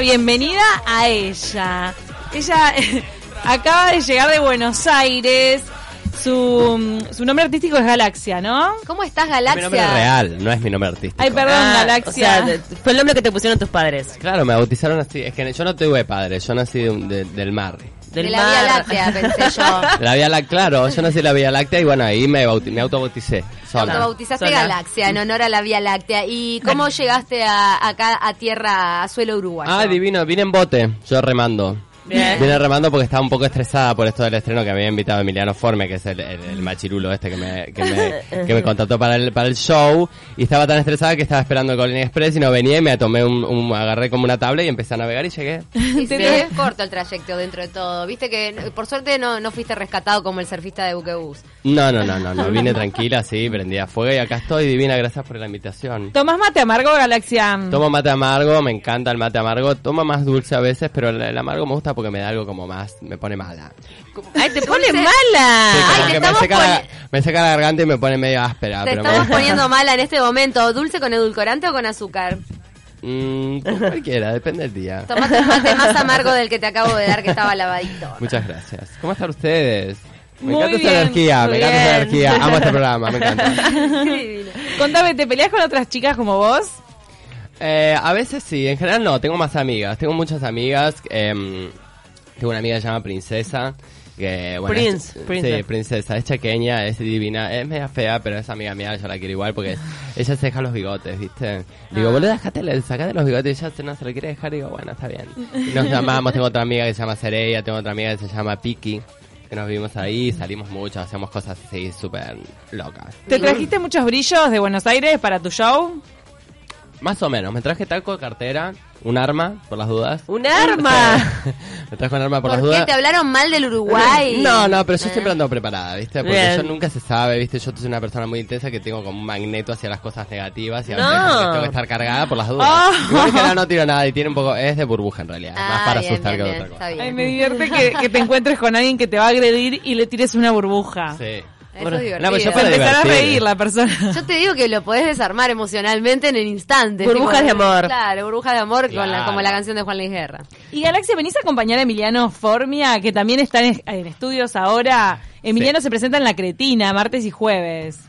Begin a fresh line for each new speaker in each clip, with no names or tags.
bienvenida a ella. Ella acaba de llegar de Buenos Aires. Su, su nombre artístico es Galaxia, ¿no?
¿Cómo estás,
Es Mi nombre es
Galaxia?
real, no es mi nombre artístico.
Ay, perdón, Galaxia.
Ah, O sea, te- fue el nombre que te pusieron tus padres.
Claro, me bautizaron así. Es que yo no tuve padre, yo nací de un- de- del mar.
De
Del
la Vía
mar.
Láctea, pensé yo.
La Vía Láctea, claro, yo nací en la Vía Láctea y bueno, ahí me, bauti- me autobauticé.
Cuando
Sola.
bautizaste
Sola.
Galaxia, en honor a la Vía Láctea. ¿Y cómo llegaste a- acá a tierra, a suelo uruguayo?
Ah, divino, vine en bote, yo remando.
Bien.
Vine remando porque estaba un poco estresada por esto del estreno que me había invitado Emiliano Forme, que es el, el- el machirulo este que me, que me, que me contrató para el, para el show. Y estaba tan estresada que estaba esperando el Colin Express y no venía y me tomé un, un- agarré como una tabla y empecé a navegar y llegué.
Y
Te-
sí, es corto el trayecto dentro de todo. Viste que, por suerte, no, no fuiste rescatado como el surfista de Buquebus.
No, no, no, no, no, vine tranquila, sí, prendí a fuego y acá estoy, divina, gracias por la invitación.
¿Tomás mate amargo, Galaxia?
Tomo mate amargo, me encanta el mate amargo, tomo más dulce a veces, pero el, el amargo me gusta porque me da algo como más, me pone mala.
Ay, te pone
Sí,
mala.
como
Ah, te
que me
estamos
seca, la, me seca la garganta y me pone medio áspera.
Te
Ah, pero me
estamos
gusta.
poniendo mala en este momento. ¿Dulce con edulcorante o con azúcar?
Mm, pues cualquiera, depende del día.
Tomate el mate más amargo del que te acabo de dar, que estaba lavadito.
Muchas gracias. ¿Cómo están ustedes? Me
Muy
encanta
bien,
esa energía, me
muy
encanta esa
bien.
energía. Amo este programa, me encanta.
Contame, ¿te peleas con otras chicas como vos?
Eh, a veces sí, en general no, tengo más amigas. Tengo muchas amigas. em, tengo una amiga que se llama Princesa. Que, bueno,
Prince,
es-
Princesa.
Sí, Princesa. Es chequeña, es divina. Es media fea, pero es amiga mía, yo la quiero igual porque ella se deja los bigotes, ¿viste? Digo,
Ah.
boludo, déjate, sacate los bigotes. Y ella no se lo quiere dejar. Digo, bueno, está bien. Y Nos llamamos. Tengo otra amiga que se llama Sereia. Tengo otra amiga que se llama Piki. Que nos vivimos ahí, salimos mucho, hacemos cosas así súper locas.
¿Te trajiste muchos brillos de Buenos Aires para tu show?
Más o menos, me traje talco de cartera, un arma, por las dudas.
Un arma.
Me trajo un arma
¿Por
por, las
qué
dudas.
te hablaron mal del Uruguay?
No, no, pero yo
Eh.
siempre ando preparada, ¿viste? Porque
Bien.
yo nunca se sabe, ¿viste? Yo soy una persona muy intensa que tengo como un magneto hacia las cosas negativas y a
No.
veces como que tengo que estar cargada por las dudas.
Ah.
Igual en general no tiro nada y tiene un poco... Es de burbuja en realidad,
Ah,
más para
bien,
asustar
bien,
que
bien,
otra cosa.
está bien.
Ay, me divierte que, que te encuentres con alguien que te va a agredir y le tires una burbuja.
Sí.
Eso
Bueno,
es divertido.
no, pero yo
Para
Para
empezar a
divertir.
reír la persona.
Yo te digo que lo podés desarmar emocionalmente en el instante.
Burbujas de amor.
Claro, burbujas de amor con la,
Claro.
como la canción de Juan Luis Guerra.
Y Galaxia, venís a acompañar a Emiliano Formia, que también está en, en estudios ahora. Emiliano se presenta en La Cretina, martes y jueves.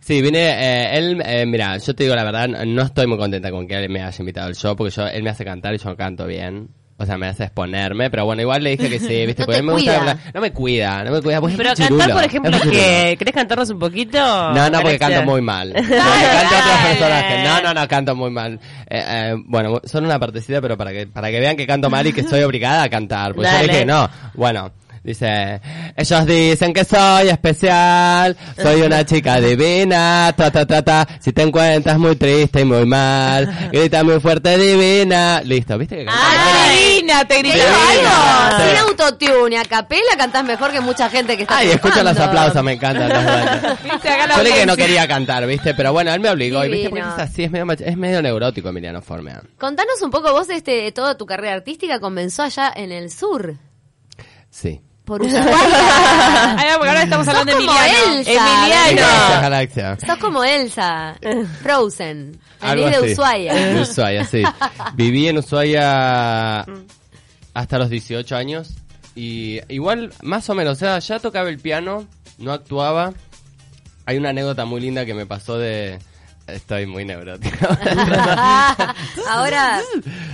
Sí, vine, eh, él, eh, mira, yo te digo la verdad, no estoy muy contenta con que él me haya invitado al show, porque yo, él me hace cantar y yo no canto bien. O sea, me hace exponerme, pero bueno, igual le dije que sí, ¿viste?
No
porque
te
a mí me
cuida.
gusta hablar- No me cuida, no me cuida. Pues es
Pero
muy chirulo,
cantar, por
es
ejemplo,
muy chirulo.
que... ¿Querés cantarnos un poquito?
No, no, porque
Alexia?
canto muy mal. Porque canto a otros personajes. No, no, no, canto muy mal. Eh, eh, bueno, son una partecita, pero para que, para que vean que canto mal y que estoy obligada a cantar. Pues yo
Dale.
dije que no. Bueno. Dice, ellos dicen que soy especial, soy una chica divina, ta ta ta ta, si te encuentras muy triste y muy mal, grita muy fuerte divina. Listo, ¿viste que canto
Ah.
mal?
Ay.
divina! ¿Te gritó
Pero
Divina.
algo?
algo, sin
Sí.
autotune, a capela cantás mejor que mucha gente que está
Ay, escucho los
cantando.
aplausos, me encantan los aplausos.
Viste, acá la
Yo le dije que no
audiencia.
quería cantar, ¿viste? Pero bueno, él me obligó. Y viste,
Divino.
porque es así, es medio, mach- es medio neurótico Emiliano Formea.
Contanos un poco, vos este, toda tu carrera artística comenzó allá en el sur,
Sí.
por Ushuaia.
Ay, porque ahora estamos hablando de
Sos como
Emiliano.
Elsa.
Sí,
Emiliano.
gracias, Galaxia.
Sos como Elsa, Frozen,
Algo
venís de
así. De
Ushuaia.
Ushuaia, sí. Viví en Ushuaia
Mm.
hasta los 18 años. Y igual, más o menos, o sea, ya tocaba el piano, no actuaba. Hay una anécdota muy linda que me pasó de... Estoy muy neurótico.
Ahora,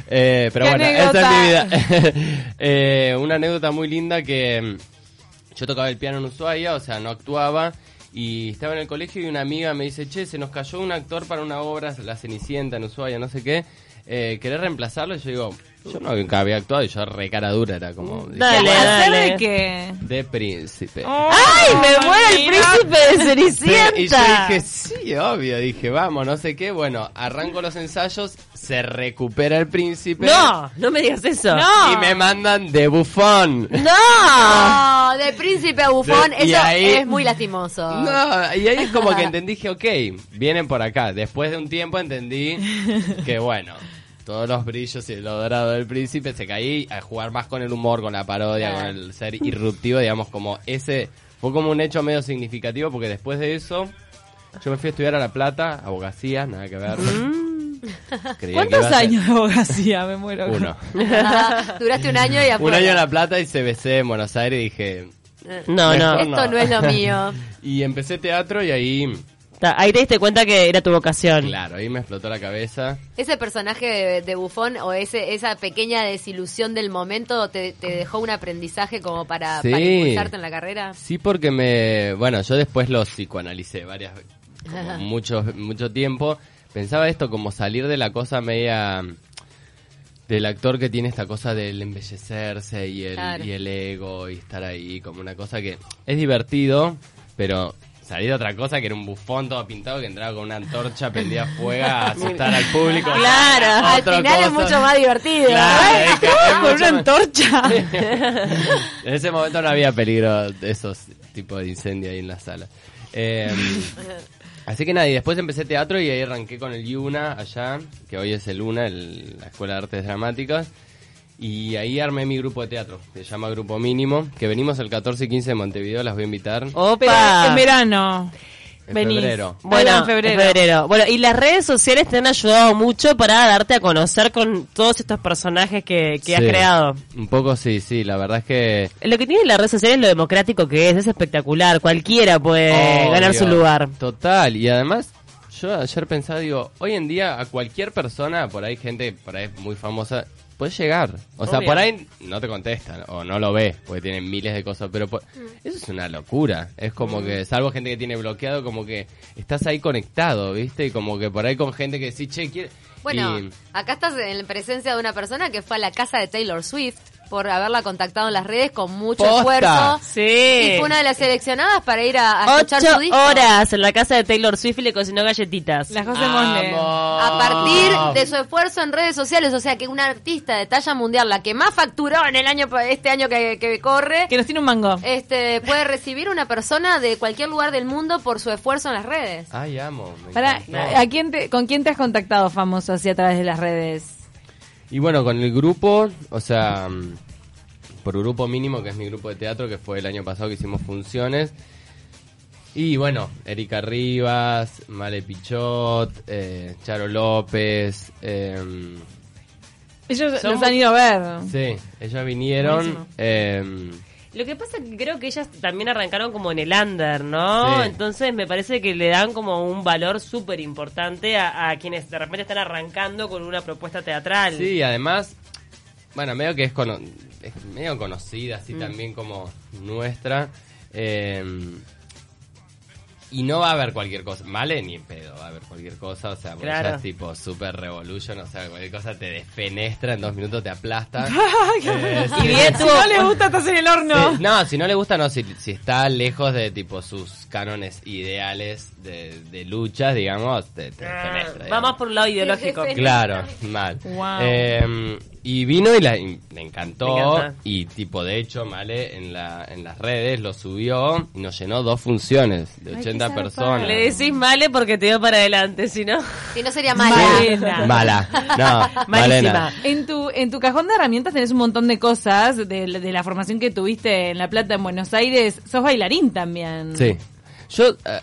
Eh, pero
¡Qué
bueno,
anécdota!
esa es mi vida. Eh, una anécdota muy linda que mm, yo tocaba el piano en Ushuaia, o sea, no actuaba. Y estaba en el colegio y una amiga me dice, che, se nos cayó un actor para una obra, La Cenicienta en Ushuaia, no sé qué. Eh, ¿Querés reemplazarlo? Y yo digo, yo no nunca había actuado y yo re cara dura, era como... dije,
Dale, Oh,
"Bueno,
¿Hacer de
dale.
qué?
De príncipe.
¡Ay, me muero el
Mira.
príncipe de
Sí,
Cenicienta!
y yo dije, sí, obvio, dije, vamos, no sé qué. Bueno, arranco los ensayos, se recupera el príncipe.
No, no me digas eso.
No.
Y me mandan de bufón.
No.
no, oh, de príncipe a bufón,
De- y
eso
ahí-
es muy lastimoso.
No, y ahí es como que entendí, dije, ok, vienen por acá. Después de un tiempo entendí que, bueno, todos los brillos y lo dorado del príncipe se caí a jugar más con el humor, con la parodia, con el ser irruptivo, digamos, como ese... Fue como un hecho medio significativo porque después de eso yo me fui a estudiar a La Plata, abogacía, nada que ver. Creía que
Mm. ¿Cuántos
iba a ser
años de abogacía? Me muero.
Uno.
Duraste un año y
Un
afuera.
año en La Plata y se besé en Buenos Aires y dije...
No, no.
Mejor
Esto no es lo mío.
Y empecé teatro y ahí...
Ta, Ahí te diste cuenta que era tu vocación.
Claro, ahí me explotó la cabeza.
¿Ese personaje de, de bufón o ese, esa pequeña desilusión del momento te, te dejó un aprendizaje como para,
Sí.
para impulsarte en la carrera?
Sí, porque me... Bueno, yo después lo psicoanalicé varias veces. como Mucho, mucho tiempo. Pensaba esto como salir de la cosa media... Del actor que tiene esta cosa del embellecerse y el,
Claro.
y el ego y estar ahí como una cosa que es divertido, pero salir a otra cosa que era un bufón todo pintado que entraba con una antorcha prendida a fuego a asustar al público.
Claro,
Al
Otra
final es
cosa.
mucho más divertido. ¿eh?
Claro, es que es
Con
mucho
una
más-
antorcha.
en ese momento no había peligro de esos tipos de incendios ahí en la sala. Eh, así que nada, y después empecé teatro y ahí arranqué con el Yuna allá, que hoy es el UNA, el- la Escuela de Artes Dramáticas. Y ahí armé mi grupo de teatro, que se llama Grupo Mínimo, que venimos el 14 y 15 de Montevideo, las voy a invitar.
Oh,
Pero
Opa.
en verano.
En
venís.
febrero.
Bueno,
Ahora
en febrero. Bueno, y las redes sociales te han ayudado mucho para darte a conocer con todos estos personajes que, que has
Sí.
creado.
Un poco sí, sí, la verdad es que...
Lo que tiene la red social es lo democrático que es, es espectacular. Cualquiera puede
Obvio.
Eh, ganar su lugar.
Total, y además yo ayer pensaba, digo, hoy en día a cualquier persona, por ahí gente, por ahí muy famosa, puede llegar. O sea,
Obvio.
por ahí no te contestan o no lo ves, porque tienen miles de cosas, pero por-
Mm.
eso es una locura. Es como que, salvo gente que tiene bloqueado, como que estás ahí conectado, ¿viste? Y como que por ahí con gente que sí, che, quiere...
Bueno,
y-
acá estás en presencia de una persona que fue a la casa de Taylor Swift por haberla contactado en las redes con mucho
Posta.
esfuerzo.
Sí.
Y fue una de las seleccionadas para ir a, a escuchar
Ocho
su disco.
horas en la casa de Taylor Swift y le cocinó galletitas.
Las cosas Mosley.
¡Vamos!
A
Ah.
partir de su esfuerzo en redes sociales, o sea que una artista de talla mundial, la que más facturó en el año este año que, que corre,
Que nos tiene un mango.
este puede recibir una persona de cualquier lugar del mundo por su esfuerzo en las redes.
Ay, amo. me
Pará,
encantó.
eh,
¿a quién te- ¿con quién te has contactado famoso así a través de las redes?
Y bueno, con el grupo, o sea, mm, por grupo mínimo, que es mi grupo de teatro, que fue el año pasado que hicimos funciones. Y bueno, Erika Rivas, Male Pichot, eh, Charo López. em,
Ellos
Somos-
los han ido a ver.
sí, ellas vinieron.
Buenísimo.
em,
Lo que pasa es que creo que ellas también arrancaron como en el under, ¿no?
Sí.
Entonces me parece que le dan como un valor súper importante a, a quienes de repente están arrancando con una propuesta teatral.
sí, además, bueno, medio que es, cono- es medio conocida, así
Mm.
también como nuestra. em, Y no va a haber cualquier cosa. Vale, ni en pedo va a haber cualquier cosa. O sea, porque
Claro.
ya es tipo Super Revolution. O sea, cualquier cosa te desfenestra, en dos minutos te aplasta. Eh,
Y
sí.
bien
Si
tú.
no les gusta, estás en el horno.
Sí, Eh, no, si no le gusta, no. Si, si está lejos de tipo sus cánones ideales de, de luchas, digamos, te, te desfenestra.
Ah, Va
digamos.
más por un lado ideológico.
Claro, mal.
Wow.
Eh, y vino y, la, y le encantó.
Me encanta.
Y tipo, de hecho, Male en, la, en las redes lo subió y nos llenó dos funciones de
Ay, qué
80
zarpado.
personas.
Le decís male porque te dio para adelante, si no.
Si no sería mala.
Malena.
Mala. No, Malena.
En tu, en tu cajón de herramientas tenés un montón de cosas de, de la formación que tuviste en La Plata, en Buenos Aires. Sos bailarín también.
Sí. Yo eh,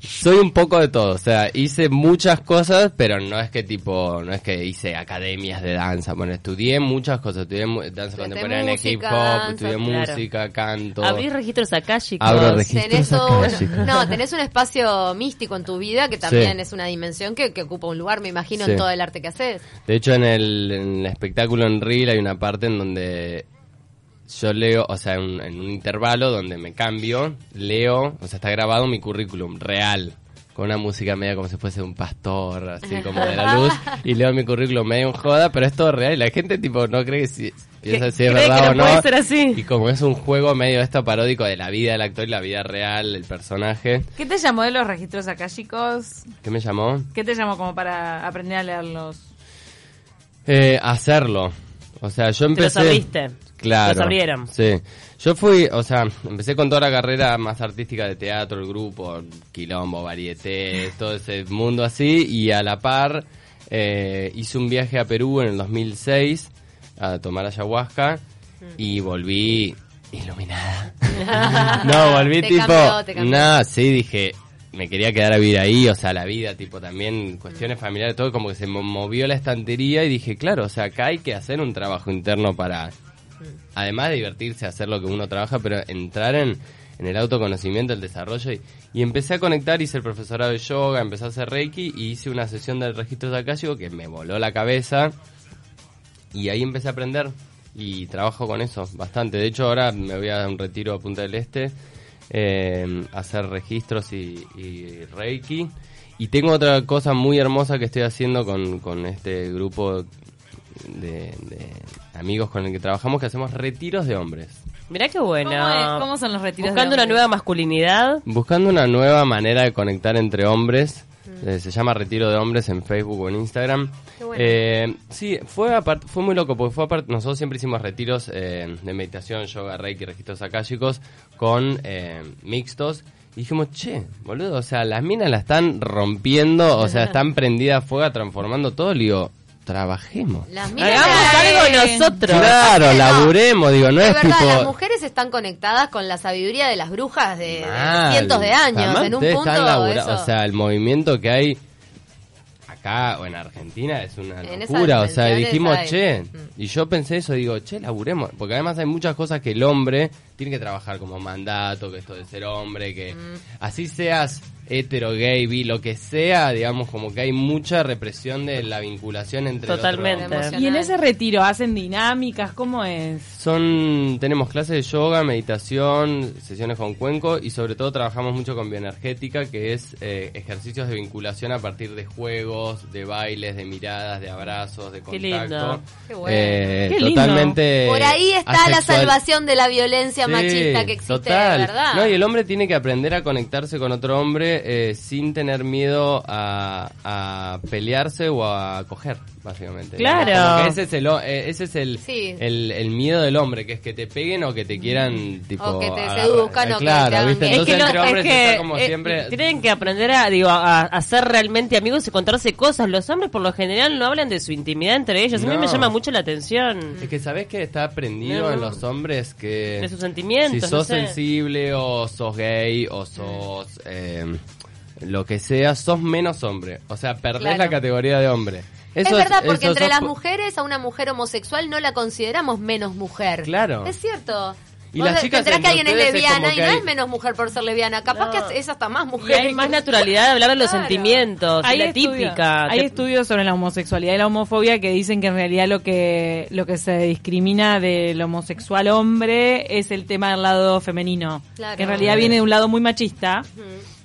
soy un poco de todo, o sea, hice muchas cosas, pero no es que tipo, no es que hice academias de danza, bueno, estudié muchas cosas, estudié mu- danza
Estudiaste
contemporánea,
música,
hip hop,
danza,
estudié
claro.
música, canto.
Abrís registros akáshicos.
Abro registros.
Tenés
Registros
un,
akáshicos.
no, tenés un espacio místico en tu vida que también
Sí.
es una dimensión que, que ocupa un lugar, me imagino,
Sí.
en todo el arte que haces.
De hecho, en el, en el espectáculo en Reel hay una parte en donde yo leo, o sea, en, en un intervalo donde me cambio, leo, o sea, está grabado mi currículum real, con una música media como si fuese un pastor, así como de la luz, y leo mi currículum medio en joda, pero es todo real y la gente tipo no cree que si, piensa si es
cree que
verdad
no
o no.
puede ser así.
Y como es un juego medio esto paródico de la vida del actor y la vida real, el personaje,
¿Qué te llamó de los registros acá, chicos?
¿qué me llamó?
¿Qué te llamó como para aprender a leerlos?
Eh, hacerlo. O sea, yo
Te los
empecé.
abriste.
Claro.
Los abrieron.
Sí. Yo fui, o sea, empecé con toda la carrera más artística de teatro, el grupo, quilombo, varieté, todo ese mundo así. Y a la par, eh, hice un viaje a Perú en el 2006 a tomar ayahuasca
Mm.
y volví iluminada. no, volví
Te
tipo.
cambió, te cambió.
Nah, sí, dije, me quería quedar a vivir ahí, o sea, la vida, tipo, también cuestiones
Mm.
familiares, todo, como que se mo- movió la estantería y dije, claro, o sea, acá hay que hacer un trabajo interno para,
Mm.
además de divertirse, hacer lo que uno trabaja, pero entrar en, en el autoconocimiento, el desarrollo. Y, y empecé a conectar, hice el profesorado de yoga, empecé a hacer reiki y hice una sesión del registro sacásico que me voló la cabeza. Y ahí empecé a aprender y trabajo con eso bastante. De hecho, ahora me voy a un retiro a Punta del Este, eh, a hacer registros y, y reiki. Y tengo otra cosa muy hermosa que estoy haciendo con, con este grupo de, de amigos con el que trabajamos, que hacemos retiros de hombres.
Mirá qué
¿Cómo,
bueno.
es? ¿Cómo son los retiros?
Buscando
de
una
hombres?
nueva masculinidad.
Buscando una nueva manera de conectar entre hombres. Eh, se llama Retiro de Hombres en Facebook o en Instagram.
Mm. Qué bueno.
Eh, sí, fue apart- fue muy loco porque fue apart- nosotros siempre hicimos retiros eh, de meditación, yoga, reiki, registros akáshicos con eh, mixtos. Y dijimos, che, boludo, o sea, las minas la están rompiendo, o sea, están prendidas a fuego, transformando todo. Le digo, trabajemos.
Las minas-
Hagamos algo
eh,
nosotros.
Claro,
No.
laburemos, digo, no
de
es
verdad,
tipo...
las mujeres están conectadas con la sabiduría de las brujas de, de
Mal.
cientos de años.
Jamás
en un
ustedes
punto,
están labura-
eso-
O sea, el movimiento que hay acá o en Argentina es una
En esas
locura. O sea,
dimensiones
dijimos,
hay.
che,
Mm.
y yo pensé eso, digo, che, laburemos. Porque además hay muchas cosas que el hombre tiene que trabajar como mandato, que esto de ser hombre, que
Mm.
así seas hetero, gay, bi, lo que sea, digamos, como que hay mucha represión de la vinculación entre el otro-
Totalmente.
Y en ese retiro hacen dinámicas, ¿cómo es?
son, tenemos clases de yoga, meditación, sesiones con cuenco y sobre todo trabajamos mucho con bioenergética, que es eh, ejercicios de vinculación a partir de juegos, de bailes, de miradas, de abrazos, de
Qué
contacto.
lindo.
Qué bueno.
Eh,
Qué lindo.
Totalmente.
Por ahí está la
eh, asexual.
salvación de la violencia
Sí,
machista que existe,
total.
de verdad.
No, y el hombre tiene que aprender a conectarse con otro hombre eh, sin tener miedo a, a pelearse o a coger, básicamente.
Claro.
Como que ese es el, o- eh, ese es el,
Sí.
el, el miedo del hombre, que es que te peguen o que te quieran, tipo...
que te
agarrar.
seduzcan o que te
Claro,
hagan
¿viste?
que-
Entonces
es que,
entre
no-
hombres
es que,
está como
eh,
siempre...
tienen que aprender a, digo, a, a ser realmente amigos y contarse cosas. Los hombres por lo general no hablan de su intimidad entre ellos. A mí
No.
me llama mucho la atención
Mm.
Es que sabes que está aprendido
No.
en los hombres que...
de sus sentimientos.
Si
no
sos
sé.
sensible o sos gay o sos eh, lo que sea, sos menos hombre. O sea, perdés
Claro.
la categoría de hombre. Eso
es verdad, porque
eso
entre
sos
las
po-
mujeres a una mujer homosexual no la consideramos menos mujer.
Claro.
Es cierto.
Y
Vos
las
te
chicas
enterás que
entre
alguien es
ustedes es
lesbiana
como
y
que
no
hay-
es menos mujer por ser lesbiana. Capaz
No.
que es hasta más
Y
mujer.
hay más naturalidad de hablar de los
Claro.
sentimientos. y la
estudio-
típica.
hay
Te-
estudios sobre la homosexualidad y la homofobia que dicen que en realidad lo que lo que se discrimina del homosexual hombre es el tema del lado femenino,
Claro.
que en realidad viene de un lado muy machista,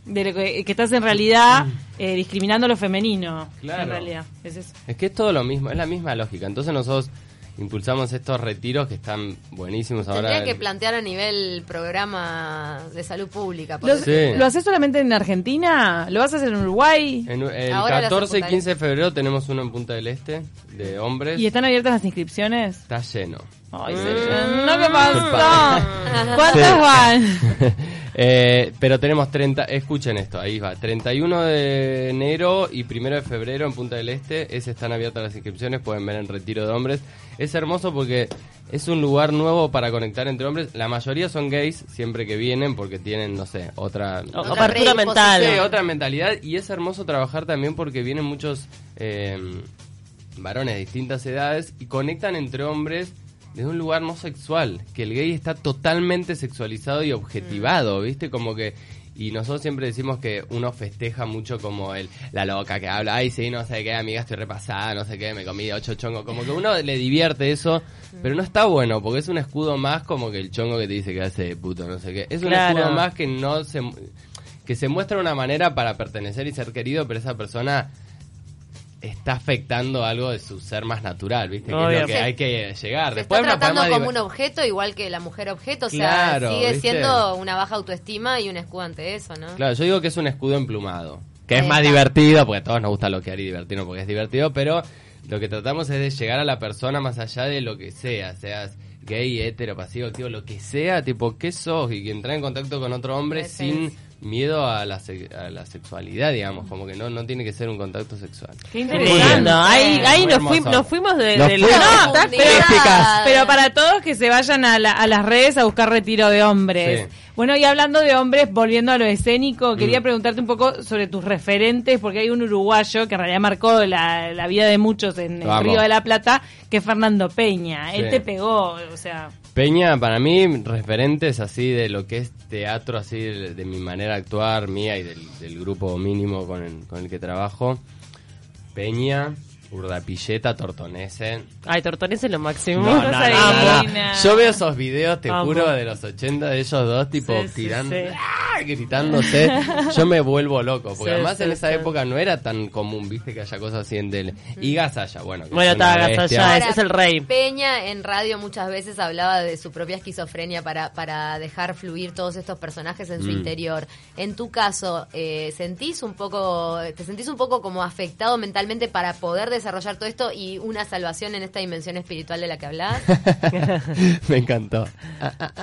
de lo que, que estás en realidad eh, discriminando lo femenino.
Claro.
En realidad, es eso.
Es que es todo lo mismo, es la misma lógica. Entonces nosotros impulsamos estos retiros que están buenísimos ahora.
Tendría que plantear a nivel programa de salud pública. por
¿Lo,
ejemplo.
Sí.
lo haces solamente en Argentina? ¿Lo vas a hacer en Uruguay?
En- el
Ahora las
14 y
apuntaré.
15 de febrero tenemos uno en Punta del Este de hombres.
¿Y están abiertas las inscripciones?
Está lleno.
Ay,
Sí.
se llenó, ¿qué pasó?
Disculpa.
¿Cuántas
Mm. Sí.
van?
Eh, pero tenemos 30, escuchen esto, ahí va, 31 de enero y 1 de febrero en Punta del Este, es, están abiertas las inscripciones, pueden ver en Retiro de Hombres. Es hermoso porque es un lugar nuevo para conectar entre hombres, la mayoría son gays siempre que vienen porque tienen, no sé, otra...
o-
Otra
apertura
predisposición.
mental.
Sí, otra mentalidad y es hermoso trabajar también porque vienen muchos eh, varones de distintas edades y conectan entre hombres desde un lugar no sexual, que el gay está totalmente sexualizado y objetivado, ¿viste? Como que... Y nosotros siempre decimos que uno festeja mucho como el la loca que habla, ay sí, no sé qué, amiga, estoy repasada, no sé qué, me comí ocho chongos, como que uno le divierte eso, pero no está bueno, porque es un escudo más como que el chongo que te dice que hace puto, no sé qué. Es un
Claro.
escudo más que no se que se muestra una manera para pertenecer y ser querido, pero esa persona está afectando algo de su ser más natural, ¿viste? Que es
Obvio.
lo que
Sí.
hay que llegar.
Se
Después
está
nos
tratando
podemos
como un
diver-
objeto igual que la mujer objeto, o sea,
Claro,
sigue
¿viste?
siendo una baja autoestima y un escudo ante eso, ¿no?
Claro, yo digo que es un escudo emplumado, que es
Ahí
más
está.
divertido, porque a todos nos gusta loquear y divertirnos porque es divertido, pero lo que tratamos es de llegar a la persona más allá de lo que sea, seas gay, hetero, pasivo, activo, lo que sea, tipo, ¿qué sos? Y que entrar en contacto con otro hombre
Ese
sin miedo a la, se- a la sexualidad, digamos, como que no, no tiene que ser un contacto sexual.
Qué
Tremendo.
bien.
Ahí,
Muy
ahí nos,
hermoso.
fuimos, nos fuimos de,
Nos
del-
fuimos.
No, estás-
Profundidad.
específicas.
Pero para todos que se vayan a, la- a las redes a buscar retiro de hombres.
Sí. Mm.
Bueno, y hablando de hombres, volviendo a lo escénico, quería preguntarte un poco sobre tus referentes, porque hay un uruguayo que en realidad marcó la, la vida de muchos en
Lo
el
amo.
Río de la Plata, que es Fernando Peña. Él
Sí.
te pegó, o sea,
Peña, para mí, referentes así de lo que es teatro, así de, de mi manera de actuar, mía y del, del grupo mínimo con el, con el que trabajo. Peña, Urdapilleta, Tortonese.
Ay, Tortonese es lo máximo.
No, no, no,
Amo.
no. Divina.
Yo veo esos videos, te
Amo.
juro, de los 80 de ellos dos, tipo,
Sí, sí,
tirando,
sí.
¡ah! gritándose. Yo me vuelvo loco, porque
Sí,
además
sí,
en esa
sí. Mm.
época no era tan común, viste, que haya cosas así en tele. Y Gasalla, bueno. que
Bueno,
es una
está,
bestia.
Gasalla Ah, ese es el rey.
Peña en radio muchas veces hablaba de su propia esquizofrenia para, para dejar fluir todos estos personajes en su
Mm.
interior. En tu caso, eh, ¿sentís un poco, te sentís un poco como afectado mentalmente para poder desarrollar todo esto y una salvación en esta dimensión espiritual de la que hablás?
me encantó.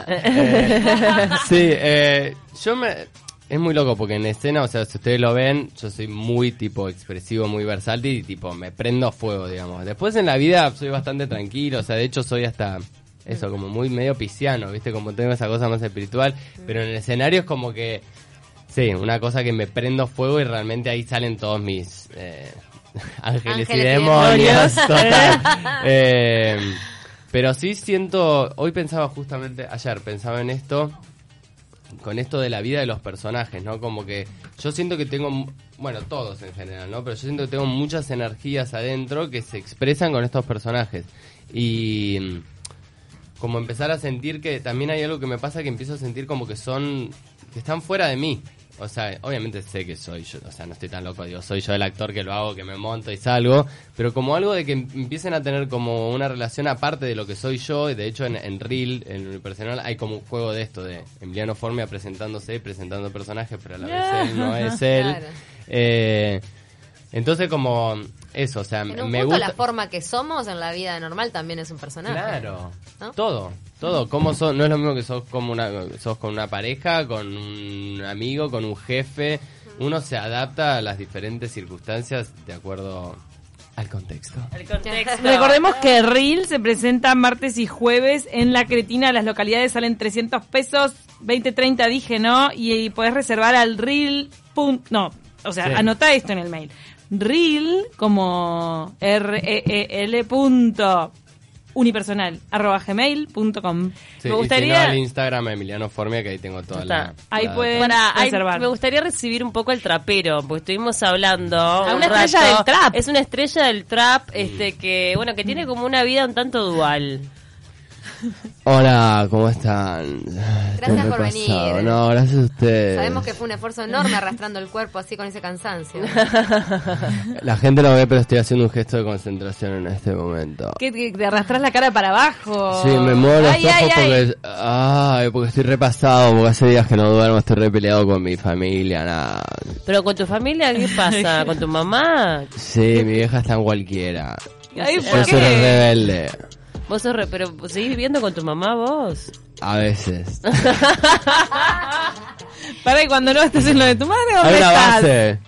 Eh, sí, eh, yo me... Es muy loco porque en escena, o sea, si ustedes lo ven, yo soy muy tipo expresivo, muy versátil y tipo me prendo a fuego, digamos. Después en la vida soy bastante tranquilo, o sea, de hecho soy hasta eso, como muy medio pisciano, ¿viste? Como tengo esa cosa más espiritual, pero en el escenario es como que, sí, una cosa que me prendo fuego y realmente ahí salen todos mis eh, ángeles, y
Ángeles y
demonios. total. Eh, pero sí siento, hoy pensaba justamente, ayer pensaba en esto, con esto de la vida de los personajes, ¿no? Como que yo siento que tengo, mu- bueno, todos en general, ¿no? Pero yo siento que tengo muchas energías adentro que se expresan con estos personajes. Y mm, como empezar a sentir que también hay algo que me pasa que empiezo a sentir como que son, que están fuera de mí. O sea, obviamente sé que soy yo, o sea, no estoy tan loco, digo, soy yo el actor que lo hago, que me monto y salgo, pero como algo de que em- empiecen a tener como una relación aparte de lo que soy yo, y de hecho en, en Reel, en Unipersonal, hay como un juego de esto, de Emiliano Formia presentándose y presentando personajes, pero a la vez él no es él.
Claro.
Eh, entonces como eso, o sea,
En un
me
punto,
gusta...
la forma que somos en la vida normal también es un personaje.
Claro.
¿No?
Todo, todo. ¿Cómo sos? No es lo mismo que sos como una sos con una pareja, con un amigo, con un jefe. Uno se adapta a las diferentes circunstancias de acuerdo al contexto.
El contexto.
Recordemos que Reel se presenta martes y jueves en La Cretina. Las localidades salen 300 pesos, 20, 30 dije, ¿no? Y, y podés reservar al Reel. pun- No, o sea,
Sí.
anota esto en el mail. Reel como R-E-E-L punto unipersonal arroba gmail punto com.
Sí,
Me
Y si no,
gustaría...
al Instagram Emiliano Formia, que ahí tengo toda
Está.
la.
Ahí
la-
pueden
Para, ay,
reservar.
me gustaría recibir un poco el trapero, porque estuvimos hablando. un
una estrella
rato.
del trap.
Es una estrella del trap, este que, bueno, que tiene como una vida un tanto dual.
Hola, ¿cómo están? Estoy
por
repasado.
venir. eh.
No, gracias a ustedes.
Eh.
Sabemos que fue un esfuerzo enorme arrastrando el cuerpo así con ese cansancio.
La gente lo ve, pero estoy haciendo un gesto de concentración en este momento.
Que, que te arrastras la cara para abajo.
Sí, me muevo los
Ay,
ojos
ay, ay.
porque, ay, porque estoy repasado, porque hace días que no duermo, estoy re peleado con mi familia, nada.
Pero con tu familia, ¿qué pasa? ¿Con tu mamá?
Sí, mi vieja está en cualquiera.
Ay,
Yo
¿por
Yo soy re
qué?
rebelde,
Vos sos re- pero seguís viviendo con tu mamá vos.
a veces.
Para, y cuando no estás en lo de tu madre, ¿dónde
Hay una
estás?
base.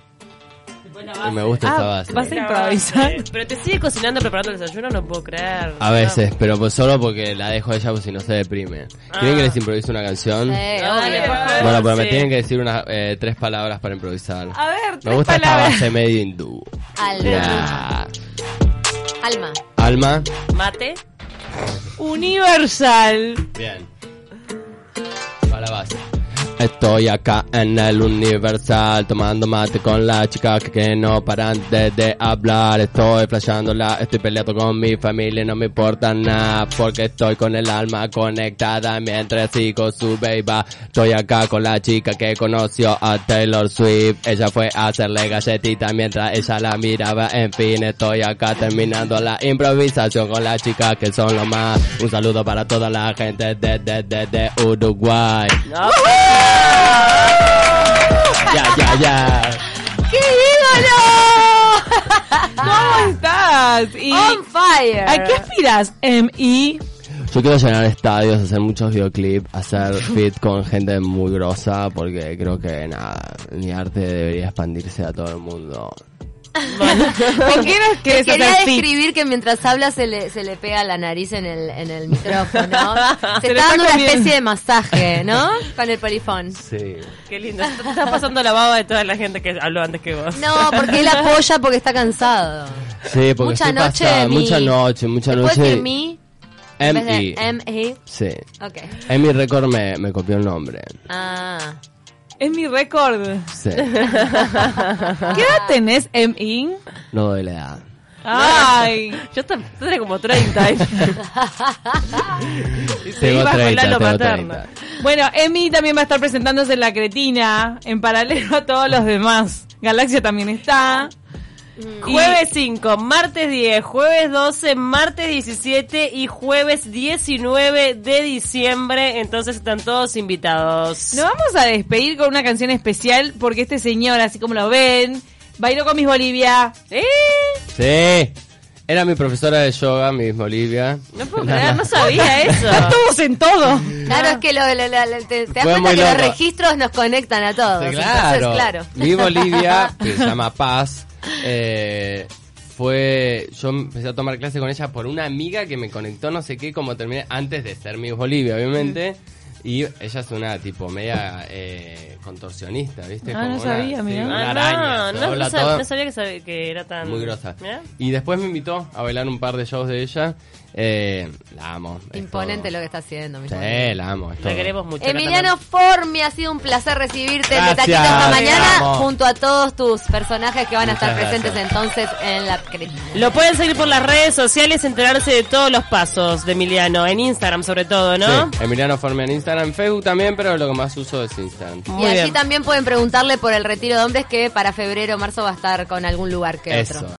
Y me gusta esa
Ah,
base.
vas a improvisar.
Pero te sigue cocinando, preparando el desayuno, no puedo creer.
A veces, pero pues solo porque la dejo a ella, pues si no se deprime. ¿Quieren que les improvise una canción?
Eh,
Ay,
obvio.
por favor,
Bueno, pero me
sí.
tienen que decir unas eh, tres palabras para improvisar.
A ver,
Me
tres
gusta
palabras.
esta base medio hindú.
Alma.
Nah.
Alma.
Alma.
Mate.
Universal.
Bien. Para la base. Estoy acá en el Universal tomando mate con la chica que, que no paran de, de hablar. Estoy flasheándola, estoy peleado con mi familia y no me importa nada porque estoy con el alma conectada mientras sigo su beba. Estoy acá con la chica que conoció a Taylor Swift. Ella fue a hacerle galletita mientras ella la miraba. En fin, estoy acá terminando la improvisación con la chica que son lo más. Un saludo para toda la gente de, de, de, de Uruguay.
No.
Ya, ya, ya.
¡Qué ídolo! Ah.
¿Cómo estás? Y,
¡On fire!
¿A qué aspiras, MI?
Yo quiero llenar estadios, hacer muchos videoclips, hacer fit con gente muy grosa, porque creo que nada, mi arte debería expandirse a todo el mundo.
Bueno.
¿Con quién es que
Quería
hacer fit?
describir que mientras habla se le, se le pega la nariz en el, en el micrófono. Se,
Se le
está
está
dando una
comiendo.
especie de masaje, ¿no? Con el polifón.
Sí.
Qué lindo. Te Estás pasando la baba de toda la gente que habló antes que vos.
No, porque él apoya porque está cansado.
Sí, porque
Mucha
estoy
noche
pasada,
de mí.
mucha noche, mucha
¿Puedes
noche.
decir mi? En vez de em.
M.I.
M.I.
Sí.
Ok.
Emi Record me, me copió el nombre.
Ah.
Es mi récord.
Sí.
¿Qué edad tenés, M.I.?
No doy la edad.
Ay.
Yo tam- yo tenía como 30. ¿eh? Y se
Tengo
iba con
30,
Lalo
tengo
Paterno.
30.
Bueno, Emi también va a estar presentándose en La Cretina, en paralelo a todos los demás. Galaxia también está.
Mm.
Jueves 5, martes 10, jueves 12, martes 17 y jueves 19 de diciembre. Entonces están todos invitados. Ah,
Nos vamos a despedir con una canción especial porque este señor, así como lo ven, bailó con mis Bolivia.
¿Eh?
Sí. Era mi profesora de yoga, Miss Bolivia.
No puedo creer, no sabía eso.
Todos en todo.
Claro, es que lo, lo- lo- lo- te, te das
Fue
cuenta
muy
que los
loco.
registros nos conectan a todos.
Sí,
Entonces,
claro.
claro.
Mi Bolivia, que se llama Paz, eh, fue. Yo empecé a tomar clase con ella por una amiga que me conectó, no sé qué, como terminé antes de ser Miss Bolivia, obviamente.
Mm.
Y ella es una tipo media eh, contorsionista, ¿viste?
Ah,
Como
no
una-
sabía,
sí,
mirá.
una
Ah,
araña. se
no, no,
dobla
no sab-
toda.
no sabía que, sab- que era tan...
Muy grosa.
Mirá.
Y después me invitó a bailar un par de shows de ella. Eh, la amo. es
Imponente lo
todo.
que está haciendo. mi Juan.
Sí, la amo. es
La
todo.
queremos mucho.
Emiliano Formi, ha sido un placer recibirte en
Gracias.
Taquita esta mañana
Vamos.
junto a todos tus personajes que van a
Muchas
estar presentes
gracias.
entonces en la Cretina.
Lo pueden seguir por las redes sociales, enterarse de todos los pasos de Emiliano, en Instagram sobre todo, ¿no?
Sí, Emiliano Forme en Instagram, Facebook también, pero lo que más uso es Instagram.
y
Muy
allí
bien.
también pueden preguntarle por el retiro de hombres que para febrero o marzo va a estar con algún lugar que
Eso,
otro.